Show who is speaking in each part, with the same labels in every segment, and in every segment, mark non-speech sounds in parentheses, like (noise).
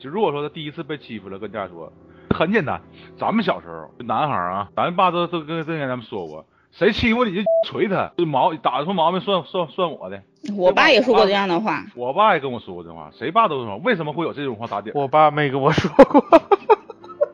Speaker 1: 就如果说他第一次被欺负了，跟家说，很简单，咱们小时候男孩啊，咱爸都都跟跟咱们说过，谁欺负你就捶他，就毛打出毛病算算算我的。
Speaker 2: 我爸也说过这样的话，
Speaker 1: 我爸也跟我说过这话，谁爸都说，为什么会有这种话打点？
Speaker 3: 我爸没跟我说过。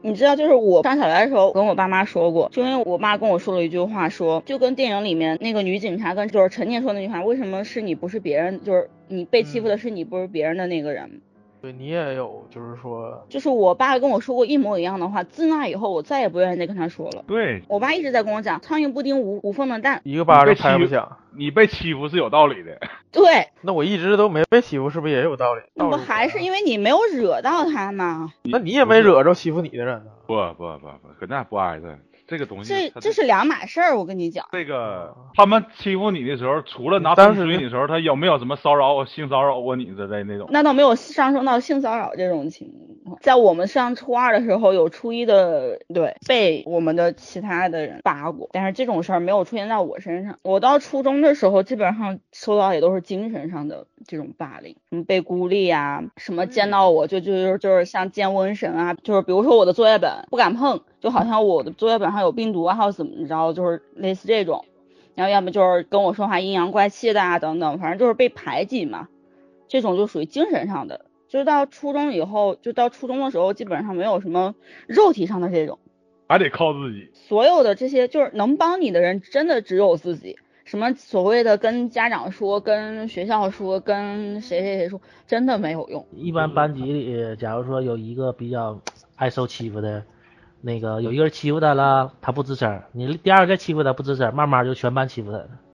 Speaker 2: 你知道，就是我上小学的时候跟我爸妈说过，就因为我妈跟我说了一句话说，就跟电影里面那个女警察跟就是陈念说那句话，为什么是你不是别人，就是你被欺负的是你不是别人的那个人，
Speaker 3: 对你也有，就是说，
Speaker 2: 就是我爸跟我说过一模一样的话，自那以后我再也不愿意再跟他说了。
Speaker 1: 对
Speaker 2: 我爸一直在跟我讲，苍蝇不叮无无缝的蛋，
Speaker 3: 一个巴掌
Speaker 1: 被欺
Speaker 3: 拍不
Speaker 1: 负
Speaker 3: 响。
Speaker 1: 你被欺负是有道理的， (laughs)
Speaker 2: 对，
Speaker 3: 那我一直都没被欺负，是不是也有道理？
Speaker 2: 那
Speaker 3: 道
Speaker 2: 不
Speaker 3: 理
Speaker 2: 还
Speaker 3: 在
Speaker 2: 是
Speaker 3: 哪
Speaker 2: 因为你没有惹到他吗？
Speaker 3: 那你也没惹着欺负你的人呢？
Speaker 1: 不不不不，搁那不挨着。这个东西，
Speaker 2: 这
Speaker 1: 它
Speaker 2: 这是两码事儿，我跟你讲。
Speaker 1: 这个他们欺负你的时候，除了拿东
Speaker 3: 当时
Speaker 1: 西你的时候，他有没有什么骚扰、性骚扰过你之类那种？
Speaker 2: 那倒没有上升到性骚扰这种情况，在我们上初二的时候，有初一的对被我们的其他的人扒过，但是这种事儿没有出现在我身上。我到初中的时候，基本上受到也都是精神上的这种霸凌，什么被孤立啊，什么见到我就就就就是像见瘟神啊，就是比如说我的作业本不敢碰，就好像我的作业本上有病毒啊，还有怎么着，就是类似这种。然后要么就是跟我说话阴阳怪气的啊，等等，反正就是被排挤嘛。这种就属于精神上的。就是到初中以后，就到初中的时候，基本上没有什么肉体上的这种，
Speaker 1: 还得靠自己。
Speaker 2: 所有的这些就是能帮你的人，真的只有自己。什么所谓的跟家长说、跟学校说、跟谁谁谁说，真的没有用。
Speaker 4: 一般班级里，假如说有一个比较爱受欺负的，那个有一个人欺负他了，他不吱声儿；你第二个再欺负他不吱声儿，慢慢就全班欺负他了。